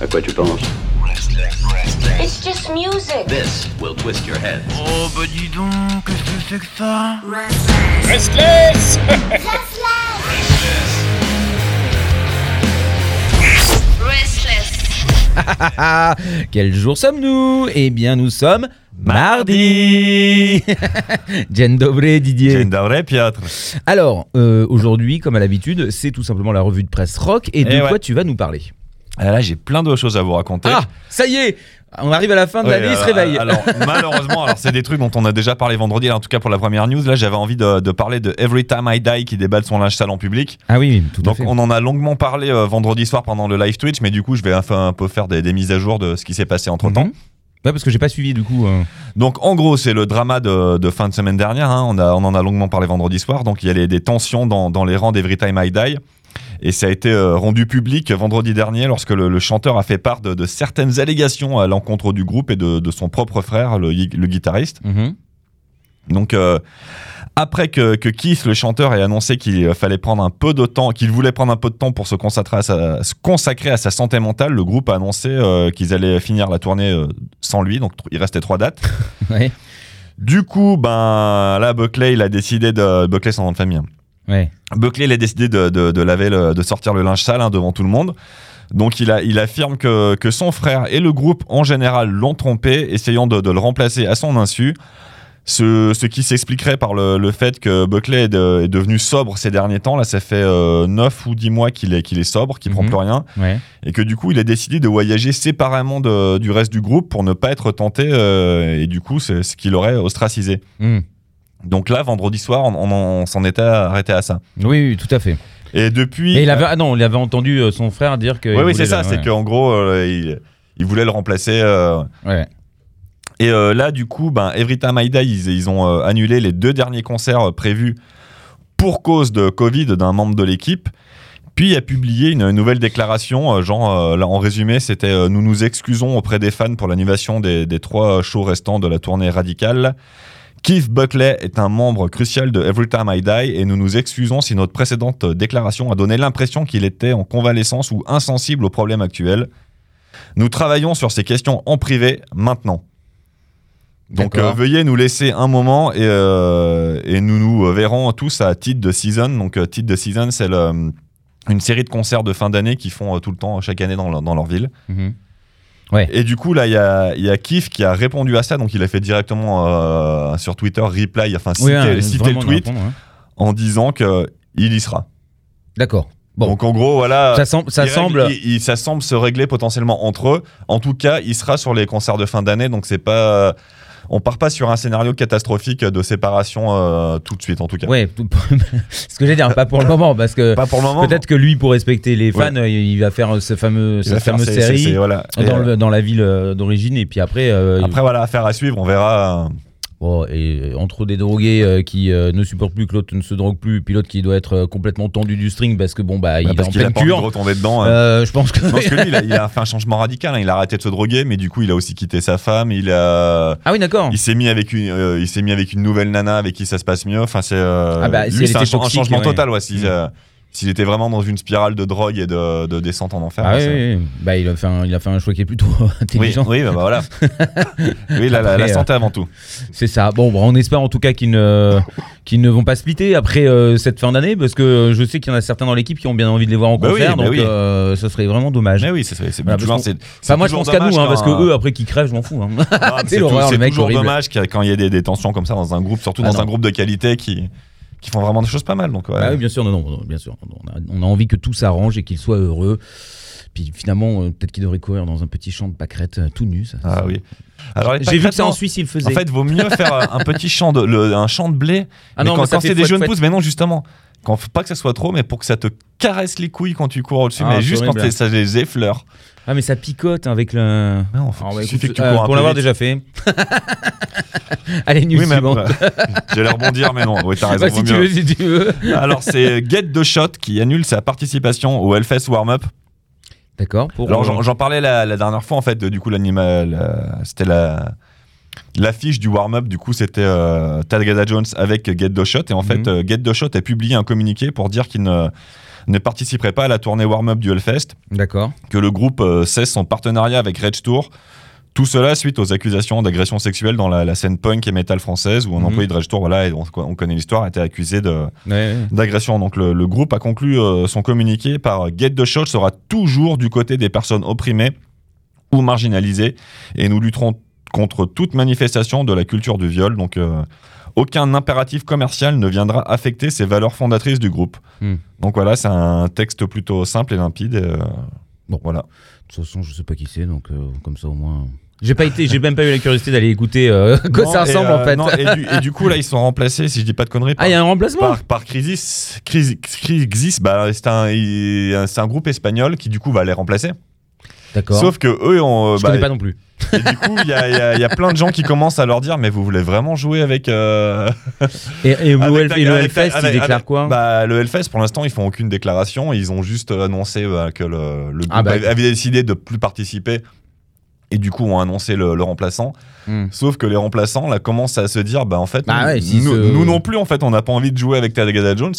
À quoi tu penses It's just music. This will twist your head. Oh bah dis donc, qu'est-ce que c'est que ça Restless Ah, Quel jour sommes-nous Eh bien, nous sommes mardi. Jen Dobré, Didier. Dzień dobry, Piotr. Alors, euh, aujourd'hui, comme à l'habitude, c'est tout simplement la revue de presse rock. Et de Eh ouais. quoi tu vas nous parler Ah là, j'ai plein de choses à vous raconter. Ah, ça y est On arrive à la fin de Ouais, l'année, il se euh, réveille. Alors, malheureusement, alors c'est des trucs dont on a déjà parlé vendredi, en tout cas pour la première news. Là, j'avais envie de, de parler de Every Time I Die qui déballe son linge sale en public. ah oui, tout à Donc, fait. on en a longuement parlé euh, vendredi soir pendant le live Twitch, mais du coup, je vais enfin un peu faire des, des mises à jour de ce qui s'est passé entre temps. Mhm. Ouais, parce que j'ai pas suivi du coup. euh. Donc en gros, c'est le drama de, de fin de semaine dernière. hein. On, a- on en a longuement parlé vendredi soir. Donc il y a les- des tensions dans, dans les rangs d'Every Time I Die. Et ça a été euh, rendu public vendredi dernier lorsque le, le chanteur a fait part de, de certaines allégations à l'encontre du groupe et de, de son propre frère, le, gui- le guitariste. Mhm. Donc euh, après que, que Keith, le chanteur, ait annoncé qu'il euh, fallait prendre un peu de temps, qu'il voulait prendre un peu de temps pour se consacrer à sa, se consacrer à sa santé mentale, le groupe a annoncé euh, qu'ils allaient finir la tournée euh, sans lui. Donc tr- il restait trois dates. Ouais, Du coup, ben là, Buckley, il a décidé de. Buckley, son nom de famille. hein. ouais. Buckley, il a décidé de, de- de laver le- de sortir le linge sale hein, devant tout le monde. Donc, il, a, il affirme que, que son frère et le groupe en général l'ont trompé, essayant de, de le remplacer à son insu. Ce, ce qui s'expliquerait par le, le fait que Buckley est, de- est devenu sobre ces derniers temps. Là, ça fait 9 ou 10 mois qu'il est, qu'il est sobre, qu'il prend Mhm. plus rien. ouais. Et que du coup, il a décidé de voyager séparément de- du reste du groupe pour ne pas être tenté. euh, et du coup, c'est ce qu'il aurait ostracisé. Mhm. Donc là, vendredi soir, on, on en- on s'en était arrêté à ça. Oui, oui, tout à fait. Et depuis. Et il avait, ah non, il avait entendu euh, son frère dire que. Oui, il oui, voulait c'est le- ça. C'est ouais. qu'en gros, euh, il, il voulait le remplacer. euh, Ouais. Et euh, là, du coup, ben, Every Time I Die, ils, ils ont euh, annulé les deux derniers concerts euh, prévus pour cause de Covid d'un membre de l'équipe. Puis a publié une nouvelle déclaration, euh, genre, euh, là, en résumé, c'était euh, Nous nous excusons auprès des fans pour l'annulation des, des trois shows restants de la tournée radicale. Keith Buckley est un membre crucial de Every Time I Die et nous nous excusons si notre précédente déclaration a donné l'impression qu'il était en convalescence ou insensible aux problèmes actuels. Nous travaillons sur ces questions en privé maintenant. Donc D'accord. euh, veuillez nous laisser un moment et, euh, et nous nous verrons tous à titre de season. Donc euh, titre de season, c'est le- euh, une série de concerts de fin d'année qu'ils font euh, tout le temps, chaque année dans leur- dans leur ville. Mhm. Et du coup, là, il y a, il y a Kif qui a répondu à ça. Donc, il a fait directement euh, sur Twitter reply, enfin, Oui, citer, hein, citer vraiment, le on tweet apprend, hein. en disant que il y sera. D'accord. Bon. Donc, en gros, voilà. ça semble. Ça ils règlent- semble... ils- ils- ça semble se régler potentiellement entre eux. En tout cas, il sera sur les concerts de fin d'année. Donc, c'est pas. On part pas sur un scénario catastrophique de séparation euh, tout de suite, en tout cas. Ouais, tout- ce que j'ai dire, pas pour le moment, parce que Pas pour le moment. peut-être que lui, pour respecter les fans, euh, il va faire ce fameux, Il cette va faire fameuse ses- ses- série ses- voilà. Et, dans, euh, le- dans la ville euh, d'origine, et puis après, euh, Après, voilà, affaire à suivre. On Bah, verra. euh, bon, et entre des drogués euh, qui euh, ne supportent plus, que l'autre ne se drogue plus, puis l'autre qui doit être euh, complètement tendu du string parce que bon, bah, il est parce en qu'il a pleine pas envie de cure. retomber dedans. hein. Euh, je pense que. Non, parce que lui, il a, il a fait un changement radical. hein. Il a arrêté de se droguer, mais du coup, il a aussi quitté sa femme. Il a, ah oui, d'accord. il s'est mis avec une, euh, il s'est mis avec une nouvelle nana avec qui ça se passe mieux. Enfin, c'est, euh, Ah bah, lui, si elle c'est un, était chan- un toxique, changement ouais. total. Ouais, si, Mm. euh, s'il était vraiment dans une spirale de drogue et de, de descente en enfer. Ah ouais, oui, c'est- oui, oui. Bah, il a fait un, il a fait un choix qui est plutôt oui, intelligent. oui, bah, bah, voilà. oui, la, la- la Après, euh, santé avant tout. C'est ça. Bon, bah, on espère en tout cas qu'ils ne, qu'ils ne vont pas splitter après euh, cette fin d'année, parce que euh, je sais qu'il y en a certains dans l'équipe qui ont bien envie de les voir en Bah oui, concert, bah donc oui. euh, ça serait vraiment dommage. Mais oui, c'est, c'est, c'est Voilà, toujours- parce c'est- Enfin, c'est moi je toujours pense qu'à nous, hein, dommage parce que quand, eux, après qu'ils crèvent, je m'en fous. hein. Ah, mais C'est l'horreur, tout- le mec toujours horrible. dommage qu'il y a- quand il y a des, des tensions comme ça dans un groupe, surtout Ah, dans non. un groupe de qualité qui, qui font vraiment des choses pas mal. Donc, ouais. Bah oui, bien sûr, non, non, non, bien sûr. On a, on a envie que tout s'arrange et qu'ils soient heureux. Puis finalement, euh, peut-être qu'ils devraient courir dans un petit champ de pâquerettes euh, tout nu. ça. Ah oui. Alors, les J'ai vu que ça en pâquerettes, Suisse, ils le faisaient. En fait, vaut mieux faire euh, un petit champ de, le- un champ de blé. Ah mais non, quand, mais ça quand fait c'est des fouette, jeunes fouette. pousses, mais non, justement. Quand, faut pas que ça soit trop, mais pour que ça te caresse les couilles quand tu cours au-dessus, Ah, mais c'est juste horrible. quand t'es- ça les effleure. Ah, mais ça picote avec le. Non, faut- Ah, il ouais, suffit que écoute, tu euh, cours un pour peu l'avoir vite. déjà fait. Allez, news Oui, mais suivante. après- j'allais rebondir, mais non. Oui, t'as raison. Bah, si vaut tu mieux. veux, si tu veux. Alors, c'est Get the Shot qui annule sa participation au Hellfest Warm-Up. D'accord. Pour Alors, j'en- j'en parlais la, la dernière fois, en fait, de- du coup, l'animal. euh, C'était la. L'affiche du warm-up, du coup, c'était euh, Tagada Jones avec Get the Shot. Et en fait, Mhm. euh, Get the Shot a publié un communiqué pour dire qu'il ne. ne participerait pas à la tournée warm-up du Hellfest, euh, D'accord. que le groupe euh, cesse son partenariat avec Rage Tour. Tout cela suite aux accusations d'agression sexuelle dans la, la scène punk et métal française, où un Mhm. employé de Rage Tour, voilà, et on, on connaît l'histoire, a été accusé de, Ouais, ouais. d'agression. Donc le, le groupe a conclu euh, son communiqué par euh, Get the Shot sera toujours du côté des personnes opprimées ou marginalisées et nous lutterons contre toute manifestation de la culture du viol. Donc euh, aucun impératif commercial ne viendra affecter ces valeurs fondatrices du groupe. Hmm. Donc voilà, c'est un texte plutôt simple et limpide. et, euh, Bon. voilà. De toute façon, je sais pas qui c'est, donc euh, comme ça au moins. J'ai pas été, j'ai même pas eu la curiosité d'aller écouter euh, à quoi Non, ça et, ressemble euh, en fait. non, et, du, et du coup là, ils sont remplacés, si je dis pas de conneries, par, ah, il y a un remplacement. par, par Crisis. Crisis, Crisis, bah, c'est un, il- c'est un groupe espagnol qui du coup va les remplacer. D'accord. Sauf que eux ont. euh, je bah, connais pas non plus. et du coup, il y a, il y a- il y a plein de gens qui commencent à leur dire Mais vous voulez vraiment jouer avec. euh, Et, et le avec Hell- ta- et le avec ta- Hellfest, il avec- déclare avec- quoi bah, Le Hellfest, pour l'instant, ils font aucune déclaration. Ils ont juste annoncé bah, que le, le groupe Ah bah. avait avait décidé de plus participer. Et du coup, ont annoncé le, le remplaçant. Hmm. Sauf que les remplaçants, là, commencent à se dire Bah, en fait, Bah nous, ouais, si nous- ce- nous non plus, en fait, on n'a pas envie de jouer avec Tagada Jones.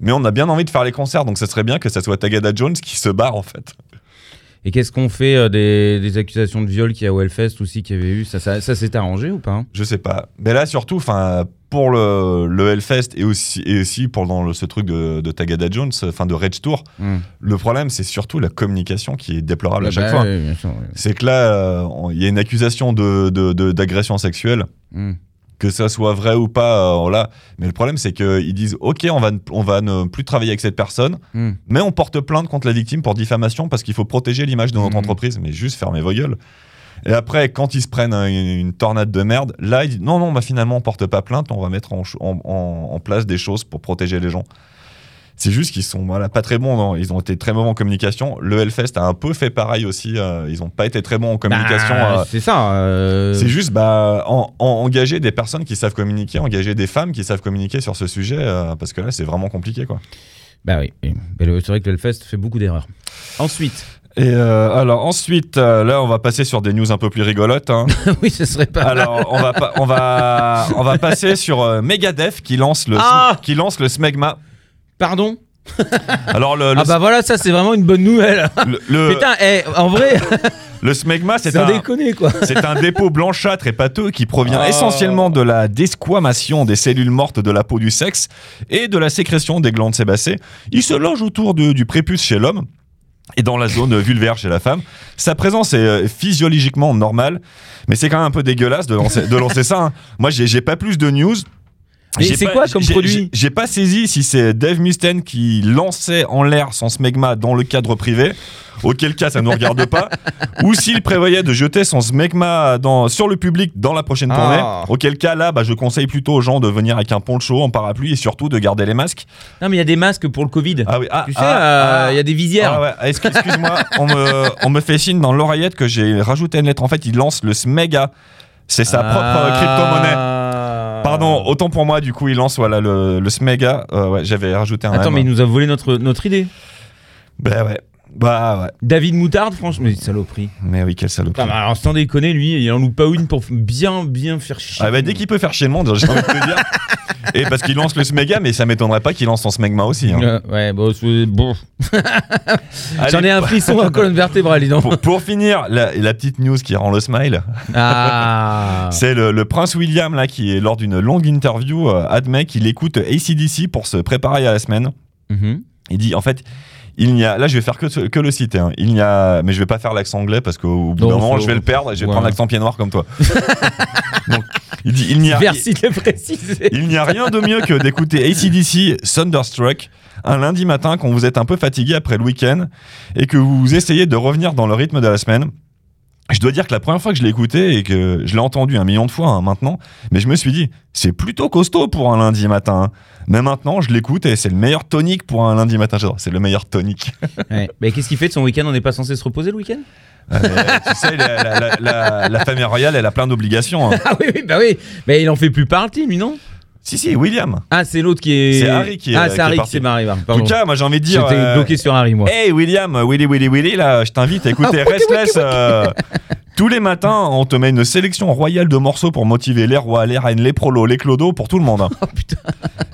Mais on a bien envie de faire les concerts. Donc, ça serait bien que ça soit Tagada Jones qui se barre, en fait. Et qu'est-ce qu'on fait euh, des, des accusations de viol qu'il y a au Hellfest aussi qu'il y avait eu Ça, ça, ça s'est arrangé ou pas hein Je sais pas. Mais là, surtout, enfin, pour le, le Hellfest et aussi, et aussi pour dans le- ce truc de, de Tagada Jones, enfin de Rage Tour, Hmm. le problème, c'est surtout la communication qui est déplorable à Bah, chaque fois. oui, bien sûr, oui. C'est que là, euh, on- il y a une accusation d'agression de, de, d'agression sexuelle, Hmm. que ça soit vrai ou pas, euh, là. Mais le problème, c'est qu'ils disent Ok, on va, ne- on va ne plus travailler avec cette personne, Hmm. mais on porte plainte contre la victime pour diffamation parce qu'il faut protéger l'image de notre Mhm. entreprise. Mais juste fermez vos gueules. Et après, quand ils se prennent un- une, tornade de merde, là, ils disent non, non, bah, finalement, on porte pas plainte, on va mettre en, cho- en- en- en place des choses pour protéger les gens. C'est juste qu'ils sont voilà, pas très bons, non. ils ont été très mauvais en communication. Le Hellfest a un peu fait pareil aussi, euh, ils ont pas été très bons en communication. Bah, euh, c'est ça. euh, c'est juste bah, en- en- engager des personnes qui savent communiquer, engager des femmes qui savent communiquer sur ce sujet, euh, parce que là, c'est vraiment compliqué. quoi. Bah oui. oui. Mais le- c'est vrai que le Hellfest fait beaucoup d'erreurs. Ensuite. Et euh, alors ensuite, euh, là, on va passer sur des news un peu plus rigolotes. hein. oui, ce serait pas. Alors on va pa- on va on va passer sur euh, Megadeth qui lance le Ah qui lance le smegma. Pardon Alors le le, Ah bah voilà, ça c'est vraiment une bonne nouvelle. le- le- Putain, eh, en vrai, le smegma c'est sans un déconner quoi. c'est un dépôt blanchâtre et pâteux qui provient Ah. essentiellement de la desquamation des cellules mortes de la peau du sexe et de la sécrétion des glandes sébacées. Il se loge autour de- du prépuce chez l'homme et dans la zone vulvaire chez la femme. Sa présence est euh, physiologiquement normale, mais c'est quand même un peu dégueulasse de lancer, de lancer ça. hein. Moi, j'ai j'ai pas plus de news. Mais J'ai c'est pas- quoi comme j'ai- produit j'ai- J'ai pas saisi si c'est Dave Mustaine qui lançait en l'air son smegma dans le cadre privé, auquel cas ça ne nous regarde pas, ou s'il prévoyait de jeter son smegma dans, sur le public dans la prochaine tournée, Ah. auquel cas là, bah, je conseille plutôt aux gens de venir avec un poncho, en parapluie et surtout de garder les masques. Non mais il y a des masques pour le Covid. Ah oui, ah, tu sais, euh, il ah, ah, y a des visières. ah ouais, ah, excuse- Excuse-moi, on, me, on me fait signe dans l'oreillette que j'ai rajouté une lettre. En fait, il lance le smega. C'est sa Ah. euh, propre euh, crypto-monnaie. Pardon, autant pour moi, du coup, il lance voilà, le, le smega. Euh, ouais, J'avais rajouté un. Attends, M. mais il nous a volé notre, notre idée. Bah ouais. Bah ouais. David Moutarde, franchement, mais saloperie. Mais oui, quel saloperie. Putain, mais alors sans déconner, lui, il en loupe pas une pour f- bien, bien faire chier. Ah bah, dès qu'il peut faire chez le monde, j'ai envie de te dire. Et parce qu'il lance le smega, mais ça m'étonnerait pas qu'il lance son smegma aussi. hein. Euh, ouais, bon, c'est- bon. j'en Allez, ai un frisson à colonne vertébrale, dis donc. Pour, pour finir, la, la petite news qui rend le smile, Ah. c'est le, le prince William là qui, lors d'une longue interview, euh, admet qu'il écoute ACDC pour se préparer à la semaine. Mhm. Il dit en fait, il n'y a. Là, je vais faire que, que le citer. hein. Il n'y a. Mais je vais pas faire l'accent anglais parce qu'au bout Non, d'un moment, faut- je vais le perdre et je vais ouais. prendre l'accent pied noir comme toi. Donc, il dit il n'y a. Merci de le préciser. Il n'y a rien de mieux que d'écouter ACDC Thunderstruck un lundi matin quand vous êtes un peu fatigué après le week-end et que vous essayez de revenir dans le rythme de la semaine. Je dois dire que la première fois que je l'ai écouté et que je l'ai entendu un million de fois hein, maintenant, mais je me suis dit, c'est plutôt costaud pour un lundi matin. hein. Mais maintenant, je l'écoute et c'est le meilleur tonique pour un lundi matin. J'adore, c'est le meilleur tonique. Ouais. Mais qu'est-ce qu'il fait de son week-end On n'est pas censé se reposer le week-end Euh, tu sais, la, la- la- la- la famille royale, elle a plein d'obligations. hein. Ah oui, oui, bah oui. Mais il en fait plus partie, lui, non Si, si, William. Ah, c'est l'autre qui est. C'est Harry qui est- Ah, qui c'est est Harry qui parti. s'est barré. pardon. En tout cas, moi j'ai envie de dire. J'étais euh, bloqué sur Harry, moi. Ah, Hey William, Willy Willy Willy, là, je t'invite à écouter Restless euh, Tous les matins, on te met une sélection royale de morceaux pour motiver les rois, les reines, les prolos, les clodos, pour tout le monde. Oh putain.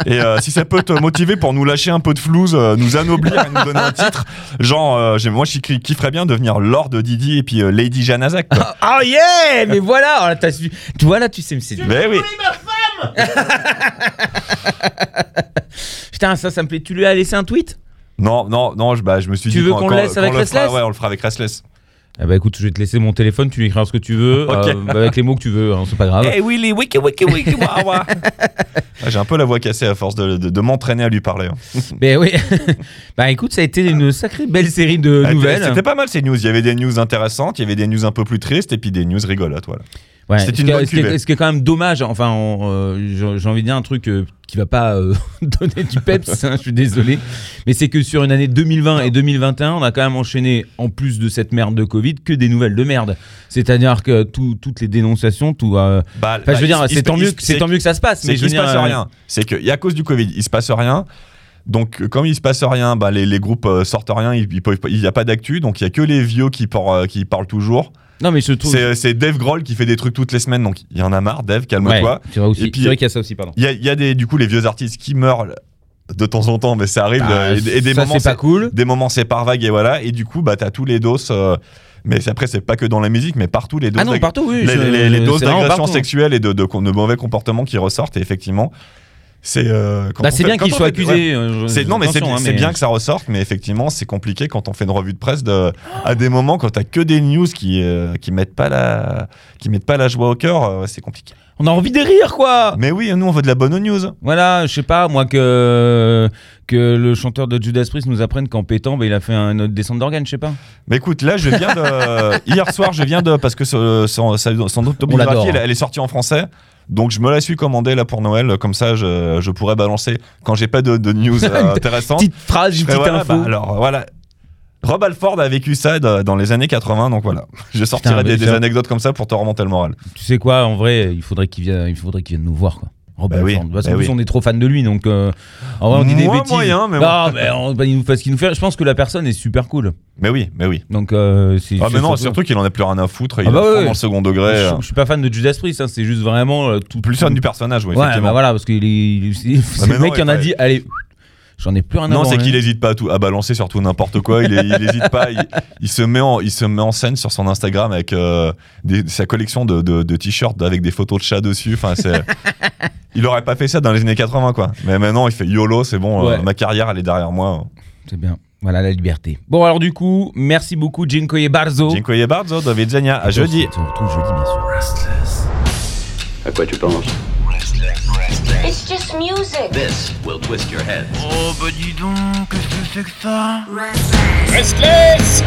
Et euh, si ça peut te motiver pour nous lâcher un peu de flouze, euh, nous anoblir et nous donner un titre, genre, euh, j'ai- moi, je qui- kifferais bien devenir Lord Didi et puis euh, Lady Janazak. quoi. Oh yeah Mais voilà oh là, t'as su- Tu vois là, tu sais, mais c'est... Mais oui, Putain, ça, ça me plaît. Tu lui as laissé un tweet non, non, non, je, bah, je me suis Tu dit veux qu'on qu'on le laisse avec le fera, Restless ouais, on le fera avec Restless. Ah bah écoute, je vais te laisser mon téléphone, tu lui écriras ce que tu veux, Ok. euh, avec les mots que tu veux, hein, c'est pas grave. Eh oui, les wiki wiki wiki wawa. Ah, J'ai un peu la voix cassée à force de, de- de m'entraîner à lui parler. hein. Mais Ben oui. bah écoute, ça a été une sacrée belle série de Ah, nouvelles. C'était pas mal ces news. Il y avait des news intéressantes, il y avait des news un peu plus tristes et puis des news rigolotes. Voilà. Ouais, c'était ce, une qui- bonne ce qui est, cuvée. ce qui est quand même dommage, enfin, on, euh, j'ai j'ai envie de dire un truc euh, qui va pas euh, donner du peps, hein, je suis désolé, mais c'est que sur une année 2020 et 2021, on a quand même enchaîné, en plus de cette merde de Covid, que des nouvelles de merde. C'est-à-dire que tout- toutes les dénonciations, tout. euh, Bah, Enfin, je veux bah, dire, il- il c'est se- tant, il- mieux que- c'est c'est- tant mieux que ça se passe, C'est mais je qu'il veux se dire. passe euh, rien. C'est que y a à cause du Covid, il se passe rien. Donc, euh, comme il se passe rien, bah, les, les groupes euh, sortent rien. ils- ils peuvent pas- Il n'y a pas d'actu, donc il y a que les vieux qui, par- euh, qui parlent toujours. Non, mais je trouve. C'est euh, c'est Dave Grohl qui fait des trucs toutes les semaines, donc il y en a marre. Dave, Ouais, calme-toi. c'est vrai aussi. Et puis- C'est vrai qu'il y a ça aussi, pardon. Il y a, il y a des, du coup les vieux artistes qui meurent de temps en temps, mais ça arrive. Bah, euh, et, et des ça, moments, c'est pas cool. des moments c'est par vague et voilà. Et du coup, bah t'as tous les dos. euh, mais c'est- après, c'est pas que dans la musique, mais partout les doses. Ah non, d'ag- partout, oui. les, je- les- les c'est doses vraiment d'agression partout. sexuelle et de, de, de mauvais comportements qui ressortent. Et effectivement, c'est. euh, quand Bah, on c'est fait- bien quand qu'il on soit fait- ouais. accusé. euh, je- C'est- non mais c'est attention, hein, c'est bien que ça ressorte, mais effectivement c'est compliqué quand on fait une revue de presse de, à des moments quand t'as que des news qui euh, qui mettent pas la qui mettent pas la joie au cœur, euh, c'est compliqué. On a envie de rire, quoi. Mais oui, nous on veut de la bonne news. Voilà, je sais pas, moi, que, que le chanteur de Judas Priest nous apprenne qu'en pétant, bah, il a fait un autre descente d'organes, je sais pas. Mais écoute, là, je viens de. Hier soir, je viens de. Parce que ce- son, sa- son l'adore, autobiographie, hein. elle, elle est sortie en français. Donc, je me la suis commandée là pour Noël. Comme ça, je, je pourrais balancer quand j'ai pas de, de news euh, intéressantes. Petite phrase, une Et petite voilà, info. bah, alors, voilà. Rob Alford a vécu ça de- dans les années 80. Donc, voilà. Je sortirai Putain, des, bah, des ça- anecdotes comme ça pour te remonter le moral. Tu sais quoi, en vrai, il faudrait qu'il vienne, il faudrait qu'il vienne nous voir, quoi. Oh, Robert Bah oui, Ford. Parce qu'en bah plus, oui. on est trop fan de lui, donc euh, en vrai, on dit des Moins bêtises. moyen, mais non, mais on- bah, il nous fait ce qu'il nous fait. Je pense que la personne est super cool. Mais oui, mais oui. Donc, euh, c'est. Ah, mais c'est non, surtout- surtout qu'il en a plus rien à foutre. Il Ah est bah à fond oui. dans le second Je, degré. euh. je suis pas fan de Judas Priest, hein, c'est juste vraiment euh, tout. Plus fan du personnage, oui, Ouais, effectivement. Bah, bah voilà, parce que mais le non, mec qui en a ouais. dit, allez, j'en ai plus rien à hein. Non, c'est branler. qu'il hésite pas à, tout, à balancer sur tout n'importe quoi. Il, il hésite pas. Il, il se met en, il se met en scène sur son Instagram avec euh, des- sa collection de, de- de t-shirts avec des photos de chats dessus. Enfin, c'est. il aurait pas fait ça dans les années 80, quoi. Mais maintenant, il fait YOLO. C'est bon. euh, Ouais. ma carrière, elle est derrière moi. C'est bien. Voilà la liberté. Bon, alors du coup, merci beaucoup, Jinkoye Barzo. Dziękuję bardzo, do widzenia. À jeudi. On se retrouve jeudi, bien sûr. À quoi tu penses It's just music. This will twist your head. Oh bah dis donc, qu'est-ce que c'est que ça Restless